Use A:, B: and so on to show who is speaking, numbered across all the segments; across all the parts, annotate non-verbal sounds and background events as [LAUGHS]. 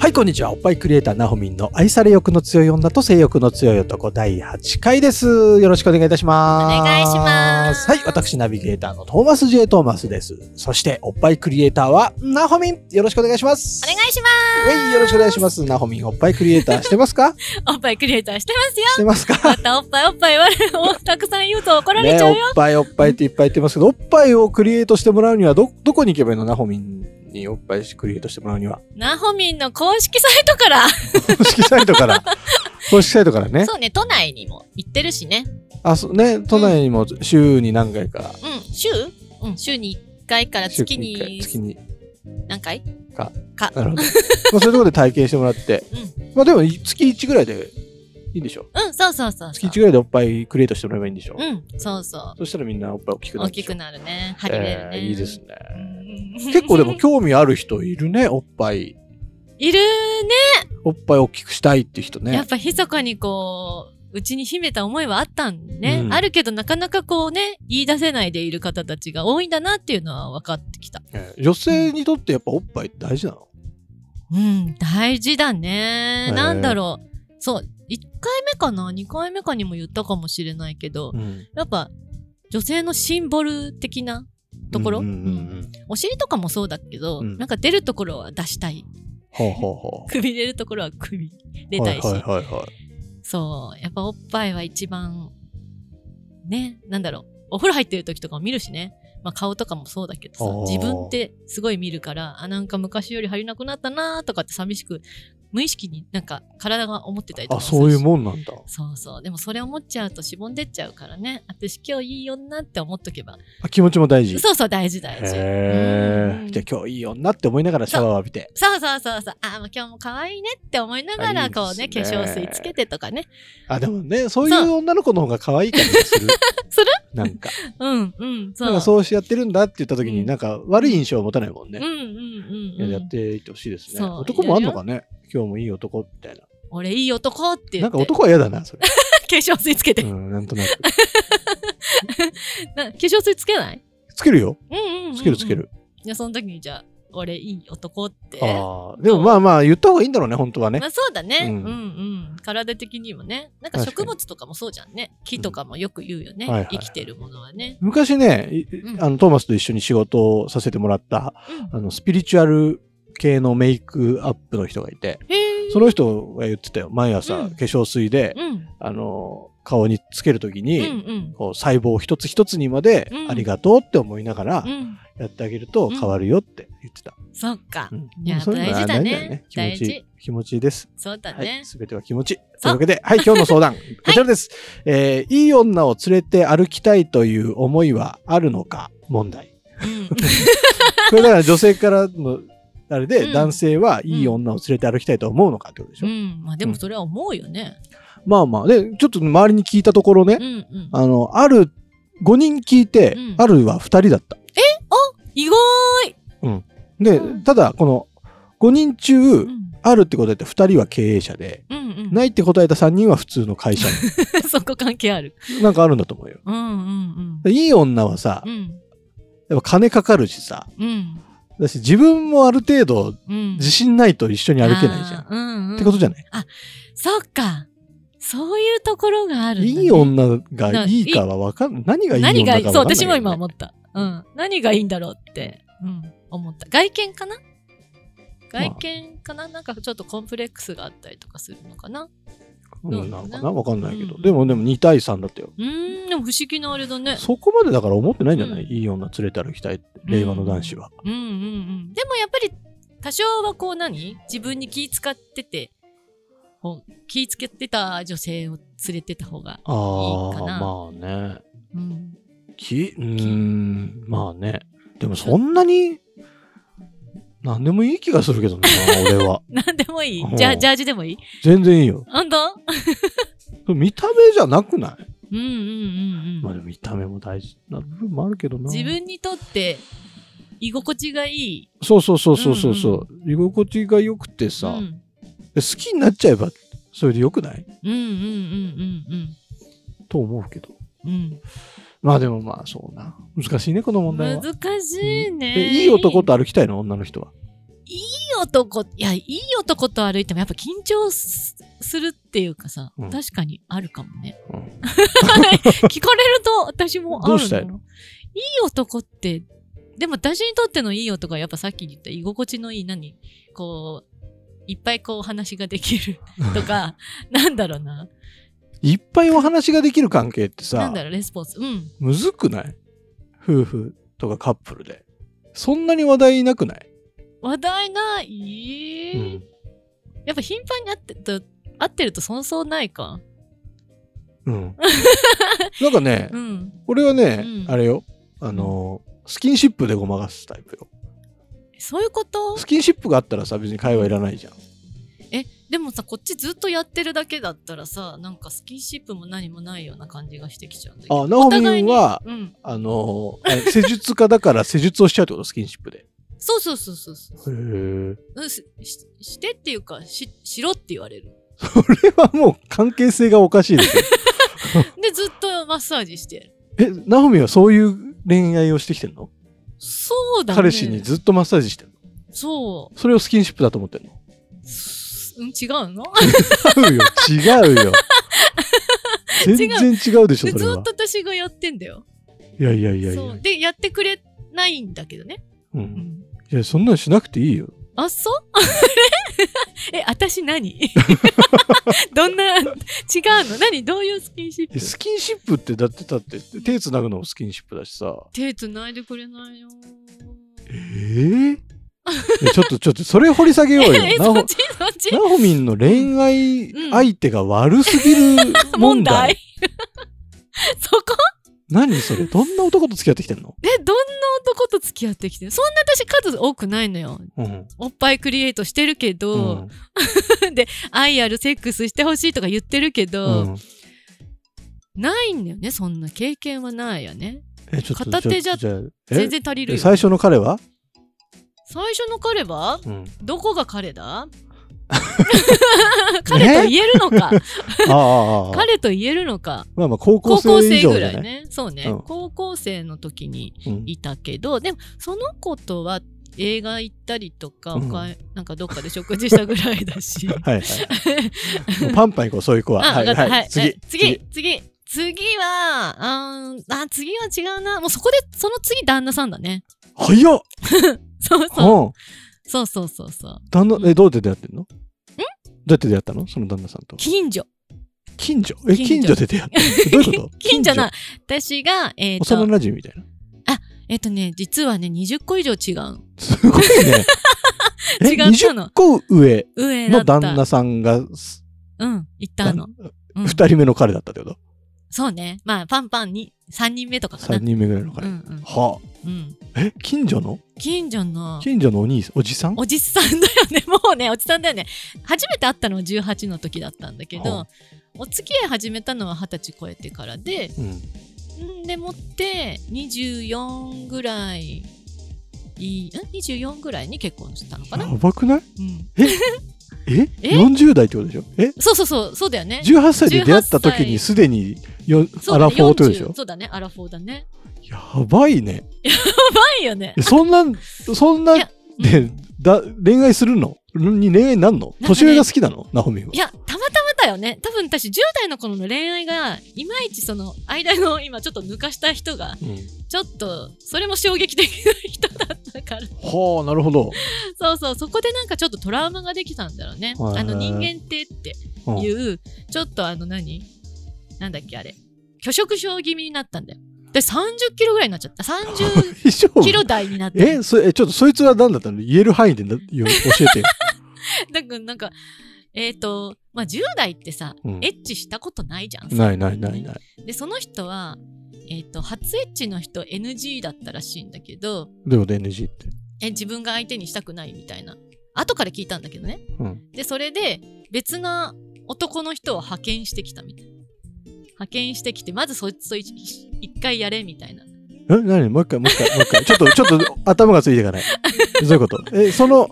A: はい、こんにちは。おっぱいクリエイター、なほみんの愛され欲の強い女と性欲の強い男、第8回です。よろしくお願いいたします。
B: お願いします
A: はい、私ナビゲーターのトーマス・ジェイ・トーマスです。そして、おっぱいクリエイターは、なほみん。よろしくお願いします。
B: お願いします
A: はい、よろしくお願いします。なほみん、おっぱいクリエイターしてますかし
B: おっぱいクリエイターしてますよ
A: てますか
B: またおっぱいおっぱい悪いをたくさん言うと怒られ
A: ね
B: ちゃ
A: お
B: う
A: っ
B: よ、
A: ぱいおっぱいっていっぱい言ってますけど、おっぱいをクリエイトしてもらうには、ど、どこに行けばいいのなほみんにおっぱいクリエイトしてもらうに
B: [LAUGHS]
A: は。
B: なほみんの公式サイトから、
A: 公式サイトから。公式サイトからね。
B: そうね都内にも行ってるしね
A: あ、そうね、都内にも週に何回か。
B: うん週うん週に1回から
A: 週
B: 月
A: 一回
B: に
A: 月に。
B: 何回
A: か
B: か
A: なるほど。まあそういうところで体験してもらっ
B: [LAUGHS]
A: て。まあでも、い月1ぐらいでいいんでしょ
B: うんそうそうそう
A: 月
B: そう
A: 1ぐらいでおっぱいクリエイトしてもらえばいいんでしょ
B: うんそうそ
A: そしたらみんなおっぱい大きく
B: う
A: なる
B: 大
A: んで
B: き
A: しょ。
B: くなるね張り出るね、
A: えーいいですね。
B: うん
A: 結構でも興味ある人いるね、おっぱい。
B: [LAUGHS] いるね
A: おっぱい大きくしたいって人
B: や
A: ね
B: っ。ぱ密かにこう、うちに秘めた思いはあったんね。
A: うん
B: あるけどなかなかこうね、言い出せないでいる方たちが多いんだなっていうのは分かってきた。
A: えー女性にとってやっぱおっぱい大事なの
B: うん、大事だね。
A: えー
B: なんだろう。そう、1回目かな ?2 回目かにも言ったかもしれないけど、
A: うん
B: やっぱ女性のシンボル的なところ、
A: うんうんうん
B: うん
A: うん
B: お尻とかもそうだけど、
A: うん
B: なんか出るところは出したい。
A: ほうほうほう。
B: 首出るところは首出たいし。
A: はいはいはいはい。
B: そう、やっぱおっぱいは一番、ね、なんだろう、お風呂入ってる時とかも見るしね。まあ顔とかもそうだけどさ
A: あー、
B: 自分ってすごい見るから、あ、なんか昔より入りなくなったなーとかって寂しく、無意識になんか体が思ってたり
A: あ、
B: とか
A: そういう
B: も
A: もんなんだ。
B: するしそうそう。でもそれ思っちゃうとしぼんでっちゃうからね。私今日いい女って思っとけば。
A: あ気持ちも大事。
B: そうそう、大事大事。
A: へ
B: う
A: え。
B: ん
A: じゃあ今日いい女って思いながらシャワー浴びて。
B: そうそうそうそう。あ、もう今日も可愛いねって思いなが
A: あいいで
B: ら、
A: す
B: こう
A: ね
B: ね、化粧水つけてとかね。
A: あ、でもね、そういう女の子の方が可愛い感じがす
B: [LAUGHS]
A: る。
B: する
A: なんか。
B: うんうん、そ
A: なん
B: う。
A: かそうしてやってるんだって言った時に、
B: うん
A: なんか悪い印象を持たないもんね
B: うん。うんうん、うん。
A: いややっていってほしいですね。
B: そう
A: 男もあんのかね今日もいい男みたいな。
B: 俺いい男って言って
A: なんか男は嫌だな、それ。
B: [LAUGHS] 化粧水つけて、
A: うん、なんとなく。
B: な化粧水つけない
A: つけるよ。
B: うんうんうんうん
A: つけるつける。
B: いやその時にじゃあ俺いい男って
A: ああ。でもまあまあ言った方がいいんだろうね、本当はね
B: ま。あそうだね、
A: う
B: うんん、うん体的にもねなんか
A: 確か
B: 植
A: に
B: 物とかもそうじゃんね木とかもよく言うよね、
A: うんはいはいはい
B: 生きてるものはね、
A: 昔ね、い
B: うん
A: あの、トーマスと一緒に仕事をさせてもらった、
B: うん
A: あの、スピリチュアル系のメイクアップの人がいて、
B: へえ
A: その人が言ってたよ。毎朝
B: うん
A: 化粧水で、
B: うんうん
A: あの、顔につけるとき
B: う
A: に、
B: ん
A: こう細胞一つ一つにまで
B: うん
A: ありがとうって思いながら
B: うん
A: やってあげると変わるよって言ってた。
B: そっか、
A: うん
B: いや
A: そううのは
B: 大事だね
A: 気持
B: 大
A: ち
B: 事
A: 気持ちいいです。
B: そうだ
A: は
B: ね
A: い、、すべては気持ち。というわけで、
B: [LAUGHS]
A: はい、今日の相談、こちらです、えーいい女を連れて歩きたいという思いはあるのか問
B: [LAUGHS]
A: 題。
B: うん、
A: これだから女性からのあれで、
B: うん
A: 男性はいい女を連れて歩きたいと思うのかってことでし
B: う
A: ょ。
B: ん、 [LAUGHS] まあでもそれは思うよね
A: まあまあ、で、ちょっと周りに聞いたところね
B: う、んうん
A: あの、ある、5人聞いて、
B: うん
A: あるは2人だった。
B: 意外
A: で、
B: うん
A: ただこの5人中、
B: うん
A: あるって答えた2人は経営者で、
B: うんうん
A: ないって答えた3人は普通の会社
B: [LAUGHS] そこ関係ある
A: なんかあるんだと思うよ。
B: うんうん
A: でいい女はさ
B: うんう、ん
A: やっぱ金かかるしさ、
B: うん
A: だし自分もある程度
B: うん
A: 自信ないと一緒に歩けないじゃん。
B: あーうんうん、
A: ってことじゃない、
B: そっか。そういうところがあるんだ、ね。
A: いい女が
B: ない
A: いかはわかん何がいい女
B: 何
A: か
B: が
A: わ
B: い
A: [LAUGHS] かんない
B: い
A: よね、
B: そう、私も今思った。うん。何がいいんだろうって、うん、思った。外見かな外見かな、なんかちょっとコンプレックスがあったりとかするのかな
A: うん、なんかな
B: うん
A: わかんないけど、
B: うん
A: でもでも2対3だったよ。
B: うーん、でも不思議なあれだね。
A: そこまでだから思ってないんじゃない、
B: うん
A: いい女連れて歩きたいって、令和の男子は。
B: うんうんうん。でもやっぱり、多少はこう何自分に気使ってて、こう気使ってた女性を連れてた方が、
A: あ
B: いい
A: あ、
B: かな
A: まあね。
B: うん。
A: きうーんまあねでもそんなに何でもいい気がするけどな、俺
B: [LAUGHS]
A: は。
B: なんでもいい
A: うん
B: じゃジャージでもいい
A: 全然いいよ。
B: 本当
A: 見た目じゃなくない
B: うんうんうん
A: まあ
B: う
A: で
B: ん。
A: も見た目も大事な部分もあるけどな。
B: 自分にとって居心地がいい。
A: そうそうそうそうそうそう。居心地が良くてさ、
B: うん、う
A: で
B: ん
A: 好きになっちゃえばそれで良くない
B: うんうん
A: と思うけど。
B: うんうん。
A: まあでもまあそうな。難しいね、この
B: う
A: 問
B: ん、
A: 題は。
B: 難しいね。
A: えいい男。と歩きたいの女の人は。
B: いい男、いや、いい男と歩いてもやっぱ緊張すするっていうかさ、
A: うん
B: 確かにあるかもね。 [LAUGHS]
A: うん
B: 聞かれると私もあるの [LAUGHS]
A: どうしたいの
B: いい男って、でも私にとってのいい男はやっぱさっき言った居心地のいい何こう、いっぱいこうお話ができる
A: [LAUGHS]
B: とか、なんだろうな。
A: いっぱいお話ができる関係って
B: な
A: さ
B: ん、だろう、レスポンス。うん。
A: むずくない夫婦とかカップルで。そんなに話題なくない、
B: 話題ない、
A: うん
B: やっぱ頻繁に会ってと、会ってると損そうないか。
A: うん。なんかね、
B: うん。
A: 俺はね、
B: うん
A: あれよ、あの、スキンシップでごまかすタイプよ。
B: そういうこと
A: スキンシップがあったらさ、別に会話いらないじゃん。
B: え、でもさ、こっちずっとやってるだけだったらさ、なんかスキンシップも何もないような感じがしてきちゃうんだけど。
A: あ、ナホ
B: お互
A: ミ
B: い
A: ン
B: に
A: は、
B: うん。
A: あの、あれ施術家だから施術をしちゃうってことスキンシップで。
B: そうそうそうそうそう。
A: へえ。
B: うん、しししてっていうかししろって言われる
A: これはもう関係性がおかしいですよ。
B: でずっとマッサージしてる
A: え、ナホミンはそういう恋愛をしてきてんの
B: そうだね
A: 彼氏にずっとマッサージしてんの
B: そう
A: それをスキンシップだと思ってんの
B: すうん違うの
A: 違うよ、違うよ。全然違うでしょ、
B: で
A: それ
B: [LAUGHS] ずっ
A: は。
B: と私がやってんだよ
A: いやいやいやいや。
B: そうでやってくれないんだけどね、
A: う、
B: うんん、
A: いや、そんなのしなくていいよ。
B: あそうあ [LAUGHS] れえ私何どんな違うの何どういうスキンシッ
A: え
B: プ
A: スキンシップってだってだって手つなぐのもスキンシップだしさ。
B: 手つないでくれないよ
A: えーえちょっとちょっとそれ掘り下げようよ。
B: [LAUGHS] え
A: な
B: そ
A: ほ
B: っちそっち
A: なほみんの恋愛
B: うん
A: 相手が悪すぎる問
B: 問
A: 題
B: 題。 [LAUGHS] そこ
A: 何それどんな男と付き合ってきてんの、
B: えどんな男と付き合ってきてるそんな私数多くないのよ
A: うん
B: おっぱいクリエイトしてるけ
A: う
B: ど、
A: ん
B: 愛あるセックスしてほしいとか言ってるけど、
A: うん
B: ないんだよねそんな経験はないよね
A: えちょっと
B: 片手じゃ
A: ちょっとじゃあえ
B: 全然足りる
A: え
B: よ
A: 最初の彼は、
B: 最初の彼は
A: うん、
B: どこが彼だ [LAUGHS] 彼と言えるの [LAUGHS] か
A: ああああああ
B: 彼と言えるのか
A: まあまあ高校
B: 高校
A: 生以
B: 生
A: 上
B: ぐ
A: じ
B: ら
A: ゃない
B: いねそうね、
A: うん
B: 高校生の時に
A: うん
B: いたけどでもその子とは映画行ったりとか、
A: うん
B: おかえなんかどっかで食事したぐらいだ
A: [LAUGHS]
B: し
A: はい
B: [LAUGHS]
A: はい。もうパンパン行こう、そういう子は。
B: あ、
A: は
B: わ
A: い
B: かった。
A: は。
B: はいい。
A: 次
B: 次。、次、次。次は、あーあ、次は違うな。もうそこで、その次旦那さんだね。 [LAUGHS]
A: 早っ
B: そうそう。
A: うん。
B: そうそうそうそう。
A: 旦那、え、どうやって出会ってんのんどうやって出会ったのその旦那さんと。
B: 近所。
A: 近所え、近
B: 近所
A: 所で出会った。どういうこと
B: [LAUGHS] 近所な、私が、え
A: 近
B: っ、
A: 所
B: と、
A: 幼馴染みたいな。
B: えっ、とね、実はね、20個以上違う。
A: すごい
B: [LAUGHS]
A: ね。え、
B: 違ったの
A: 20個上
B: 上だ
A: の
B: った。
A: 旦那さんが、す
B: うん、行ったの。うん
A: 二人目の彼だったってこと
B: そうね。まあ、パンパンに、3人目とかかな。
A: 三人目ぐらいの
B: う
A: 彼。
B: んうん
A: は
B: うん。
A: あ。え、近所の
B: 近所の、
A: 近所のお兄さん、おじさん
B: おじさんだよね。 [LAUGHS] もうね、おじさんだよね。初めて会ったのは18の時だったんだけ
A: は
B: ど、お付き合い始めたのは20歳超えてからで、
A: うん。
B: んでもって24ぐらいいん24ぐらいに結婚したのかな、
A: やばくない
B: うん、
A: え
B: え
A: ?40 代ってことでしょえ
B: そうそうそうそうだよね
A: 18歳で出会った時
B: 18
A: に
B: 歳
A: すでによ
B: そう
A: ア
B: だ
A: ラ
B: ね
A: フォーってことでしょ
B: 40そうだねアラフォーだね
A: やばいね。
B: ないよね
A: えそんな、そんない
B: や、
A: で、だ、恋愛するのに恋愛なんの
B: ね。
A: 年上が好きなのナホミンはい
B: やたまたまだよね多分私10代の頃の恋愛がいまいちその間の今ちょっと抜かした人が
A: うん
B: ちょっとそれも衝撃的な人だったから
A: はあ、なるほど。
B: そうそうそこでなんかちょっとトラウマができたんだろうね
A: はい
B: あの人間ってって
A: うん
B: いう、ちょっとあの何なんだっけあれ拒食症気味になったんだよで30キロぐらいになっちゃった30
A: 以上
B: キロ台になって
A: え、それ、えちょっとそいつは何だったの言える範囲でなよ教え
B: [LAUGHS]
A: てよ。
B: だからなんかえっ、とまあ10代ってさ、
A: うん
B: エッチしたことないじゃん
A: ないないないない。
B: でその人はえっ、と初エッチの人 NG だったらしいんだけど
A: どういうこと NG って。
B: え自分が相手にしたくないみたいな後から聞いたんだけどね、
A: うん
B: でそれで別な男の人を派遣してきたみたい派遣してきてまずそいつと一一回やれみたいな
A: え何もう一回もう一回もう一回ちょっとちょっと頭がついていかないどういうことえその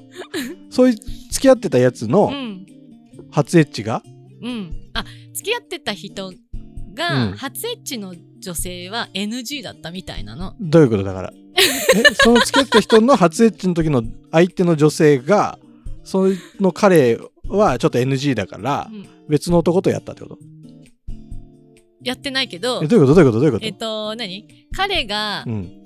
A: そういう付き合ってたやつ
B: う
A: の
B: ん
A: 初エッチが、
B: うんあ付き合ってた人
A: うん
B: が初エッチの女性は NG だったみたいなの
A: どういうことだ
B: [LAUGHS]
A: からえその付き合った人の初エッチの時の相手の女性がその彼はちょっと NG だから
B: うん
A: 別の男とやったってこと
B: やってないけど
A: えどういうことどういうことどういうこと
B: えっと何彼が、
A: うん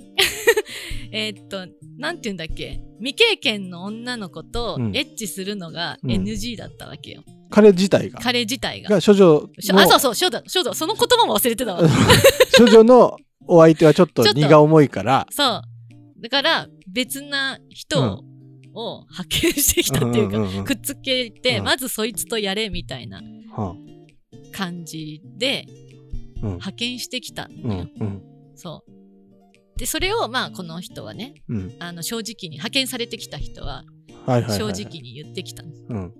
B: えーっと、なんて言うんだっけ、未経験の女の子と
A: うん
B: エッチするのが
A: うん
B: NG だったわけよ。
A: 彼自体が
B: 彼自体が。
A: が処女
B: しょあ、そう
A: の
B: そう、ショだ、ショだ、その言葉も忘れてたわ。
A: [LAUGHS] 処女のお相手はちょっと
B: ちょっと
A: 荷が重いから
B: そう。だから、別な人を,、派遣してきたっていうか、
A: んんんん
B: くっつけて、
A: うん
B: まずそいつとやれみたいな
A: は
B: 感じで
A: あうん
B: 派遣してきたのよ、
A: うんうん
B: そう。で、それを、まあ、この人はね、
A: うん
B: あの正直に、派遣されてきた人は、
A: はいはいはい
B: 正
A: はい
B: 直に言ってきたの。
A: うん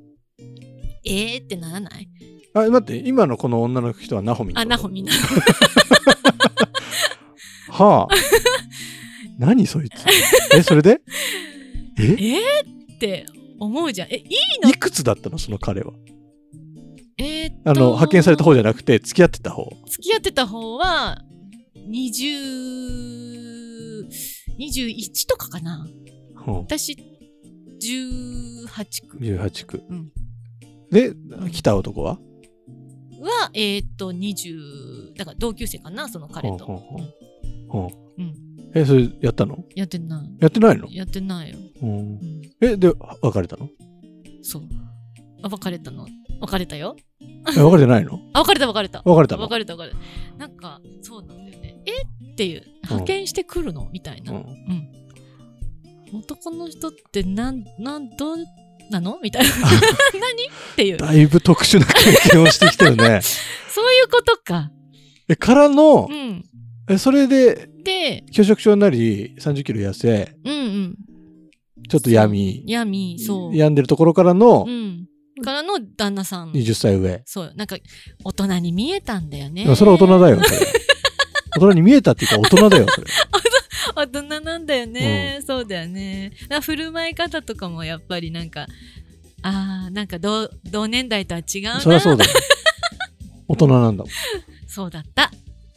B: えーってならない
A: あ待って今のこの女の人はナホミン
B: あ、なほみんな。
A: [LAUGHS] はあ何そいつえそれでえ
B: えー、って思うじゃん。え、い [LAUGHS] い
A: いくつだったのその彼は
B: えーっと
A: あの派遣された方じゃなくて付き合ってた方
B: 付き合ってた方は、20、21とかかな。
A: うん
B: 私、18区
A: 18区、
B: うん
A: で来た男は
B: は、えーっと、20、だから同級生かな、その彼と。
A: ほうほう
B: うん
A: ほう
B: うん
A: えそれやったの
B: やってない。
A: やってないの、
B: やってないよ。
A: うん
B: うん、
A: えで別れたの
B: そう。あ、別れたの。別れたよ。
A: え別れてないの
B: あ、別れた別れた。
A: 別れたの
B: 別れた別れた。なんか、そうなんだよね。えっていう。派遣してくるの、みたいな。
A: うん
B: うん、男の人ってなんなんどうなのみ
A: [LAUGHS]
B: たいな [LAUGHS] 何っていう
A: だいぶ特殊な経験をしてきてる
B: [LAUGHS]
A: ね
B: そういうことか、
A: えからの
B: うん、
A: えそれで
B: で
A: 拒食症になり3 0キロ痩せ
B: うんうん
A: ちょっと闇
B: 闇そう、
A: 病んでるところからの
B: うん、からの旦那さん
A: 20歳上、
B: そうなんか大人に見えたんだよね
A: いやそれは大人だよそれ大人に見えたっていうか大人だよそれ
B: 大人なんだよね、そうだよねだから振る舞い方とかもやっぱりなんかあーなんか同同年代とは違うな
A: そりゃそうだよ大人なんだもん
B: そうだった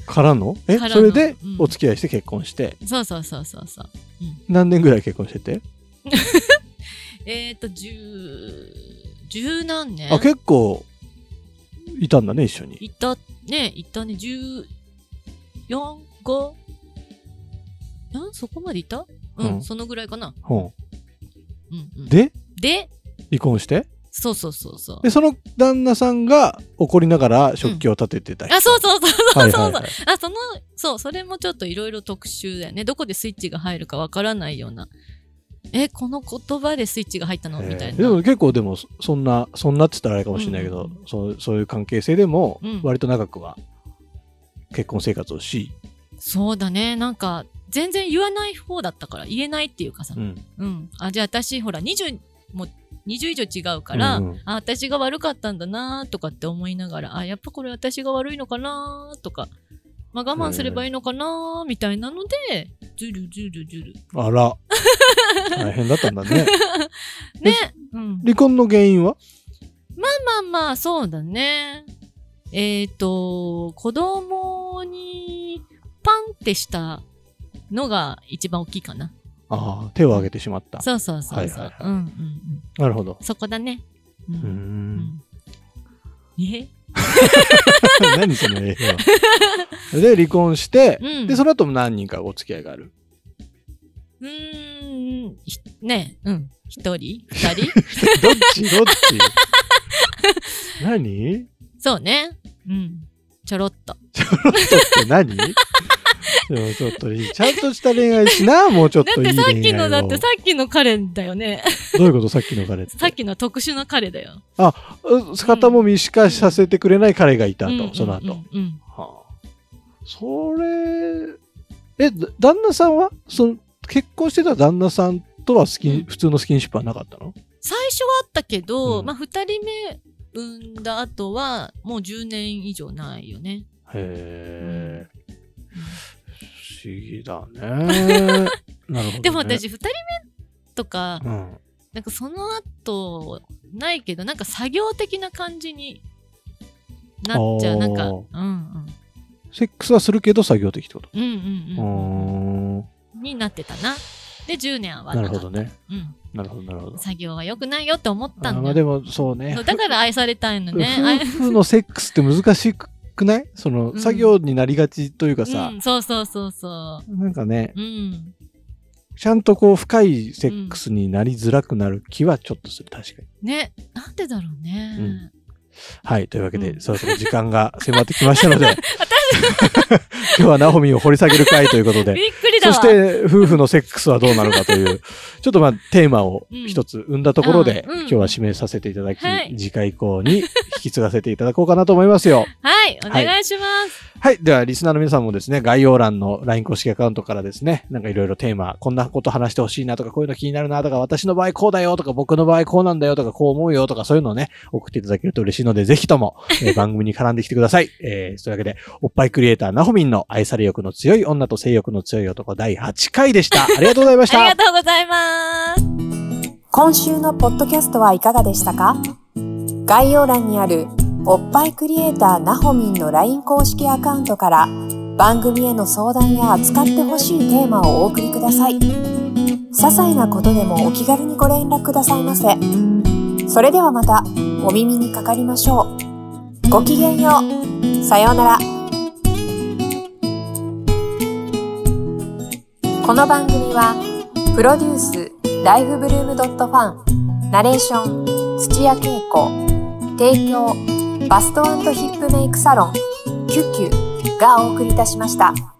A: からのえ
B: から
A: そ
B: の
A: れで
B: うん
A: お付き合いして結婚して
B: そうそうそうそうそう
A: 何年ぐらい結婚してて
B: えっ、ー、と十十何年
A: あ結構いたんだね一緒に
B: いたねいたね1415なんそこまでいたうん、
A: うん
B: そのぐらいかな、
A: ほ
B: うんうん、
A: うで
B: で
A: 離婚して
B: そうそうそうそう
A: でその旦那さんが怒りながら食器を立ててた人、
B: あそうそうそう
A: は
B: そう
A: い
B: そ
A: は
B: う
A: い
B: そう
A: はい
B: あそのそうそれもちょっといろいろ特集だよねどこでスイッチが入るかわからないようなえこの言葉でスイッチが入ったのみた
A: え
B: い
A: ー
B: な
A: でも結構でもそそんなそんなって言ったらあれかもしれないけど、
B: うん
A: そうそういう関係性でも
B: うん
A: 割と長くは結婚生活をし、
B: そうだねなんか全然言わない方だったから言えないっていうかさ、
A: うん
B: うん、あじゃあ私ほら20も20以上違うから、
A: うんうん
B: あ私が悪かったんだなとかって思いながらあやっぱこれ私が悪いのかなとか、まあ、我慢すればいいのかなみたいなのでずるずるずる
A: あ
B: [LAUGHS]
A: ら大変だったんだね
B: ね、うん、
A: 離婚の原因は
B: まあまあそうだねえっ、と子供にパンってしたのが一番大きいかな
A: ああ手を挙げてしまった
B: そうそうそうそ
A: はいうはいはい
B: うんうんうん
A: なるほど
B: そこだねう
A: うー
B: ん、うんん、え
A: [LAUGHS] 何その映画で離婚して、
B: うん
A: でその後も何人かお付き合いがある
B: うーん、ひね、うん、一人、二人
A: どっちど
B: [LAUGHS]
A: っち何
B: そうね、うん、ちょろっと。
A: ちょっと
B: [LAUGHS]
A: 何でもちょっといいちゃんとした恋愛しなもうちょっ
B: だ
A: と
B: っ
A: いい
B: て
A: 恋
B: さ
A: 愛を
B: っきの、だってさっきの彼だよね。
A: どういうことさっきの彼って
B: さっきの特殊な彼だよ。
A: うん姿も見しかさせてくれない彼がいたと、
B: うんうん
A: その後、
B: うんうん
A: はあ、それえだ旦那さんはその結婚してた旦那さんとはスキン、
B: うん
A: 普通のスキンシップはなかったの
B: 最初はあったけど、
A: うん
B: まあ2人目産んだ後はもう10年以上ないよね。
A: へえ。不思議だ
B: [LAUGHS]
A: ね。なるほど、ね。
B: でも私2人目とか
A: うん。
B: なんかその後ないけどなんか作業的な感じになっちゃ
A: あー
B: うなんかうんうん
A: セックスはするけど作業的ってこと
B: うん
A: う
B: う
A: ー
B: んうん
A: ん。
B: になってたな。で10年は
A: なるほどね。
B: うん、
A: なるほど、なるほど。
B: 作業は良くないよって思っ
A: あ
B: た
A: ま
B: んだ
A: あ
B: よ
A: でも、そうね
B: そう。だから愛されたいのね。あ
A: 夫婦のセックスって難しくないその、
B: うん
A: 作業になりがちというかさ
B: う、ん、そうそうそうそ
A: なんかね、
B: う。うん。
A: ちゃんとこう深いセックスになりづらくなる気はちょっとする、確かに。
B: ね、なんでだろうね。
A: うんはい、というわけで、
B: うん
A: そろそろ時間が迫ってきましたの
B: [LAUGHS]
A: で、 [LAUGHS] 今日はナホミンを掘り下げる回という
B: [LAUGHS]
A: ことで、
B: びっくりだ
A: そし
B: わ。
A: て夫婦のセックスはどうなのかと
B: [LAUGHS]
A: いう、ちょっとまあテーマを一つ生んだところで、
B: うんうん
A: 今日は締めさせていただき、
B: はい
A: 次回以降に引き継がせていただこうかなと思いますよ。
B: はい、お願いします。
A: はい。では、リスナーの皆さんもですね、概要欄の LINE 公式アカウントからですね、なんかいろいろテーマ、こんなこと話してほしいなとか、こういうの気になるなとか、私の場合こうだよとか、僕の場合こうなんだよとか、こう思うよとか、そういうのをね、送っていただけると嬉しいので、ぜひとも、えー番組に絡んできてください。えー、というわけで、おっぱいクリエイター、なほみんの愛され欲の強い女と性欲の強い男第8回でした。ありがとうございました
B: あ。 [LAUGHS] りがとうございます。
C: 今週のポッドキャストはいかがでしたか概要欄にあるおっぱいクリエイターなほみんの LINE 公式アカウントから番組への相談や扱ってほしいテーマをお送りください些細なことでもお気軽にご連絡くださいませそれではまたお耳にかかりましょうごきげんようさようならこの番組は「プロデュースライフブルームドットファンナレーション土屋恵子提供バストヒップメイクサロン「キュッキュ」がお送りいたしました。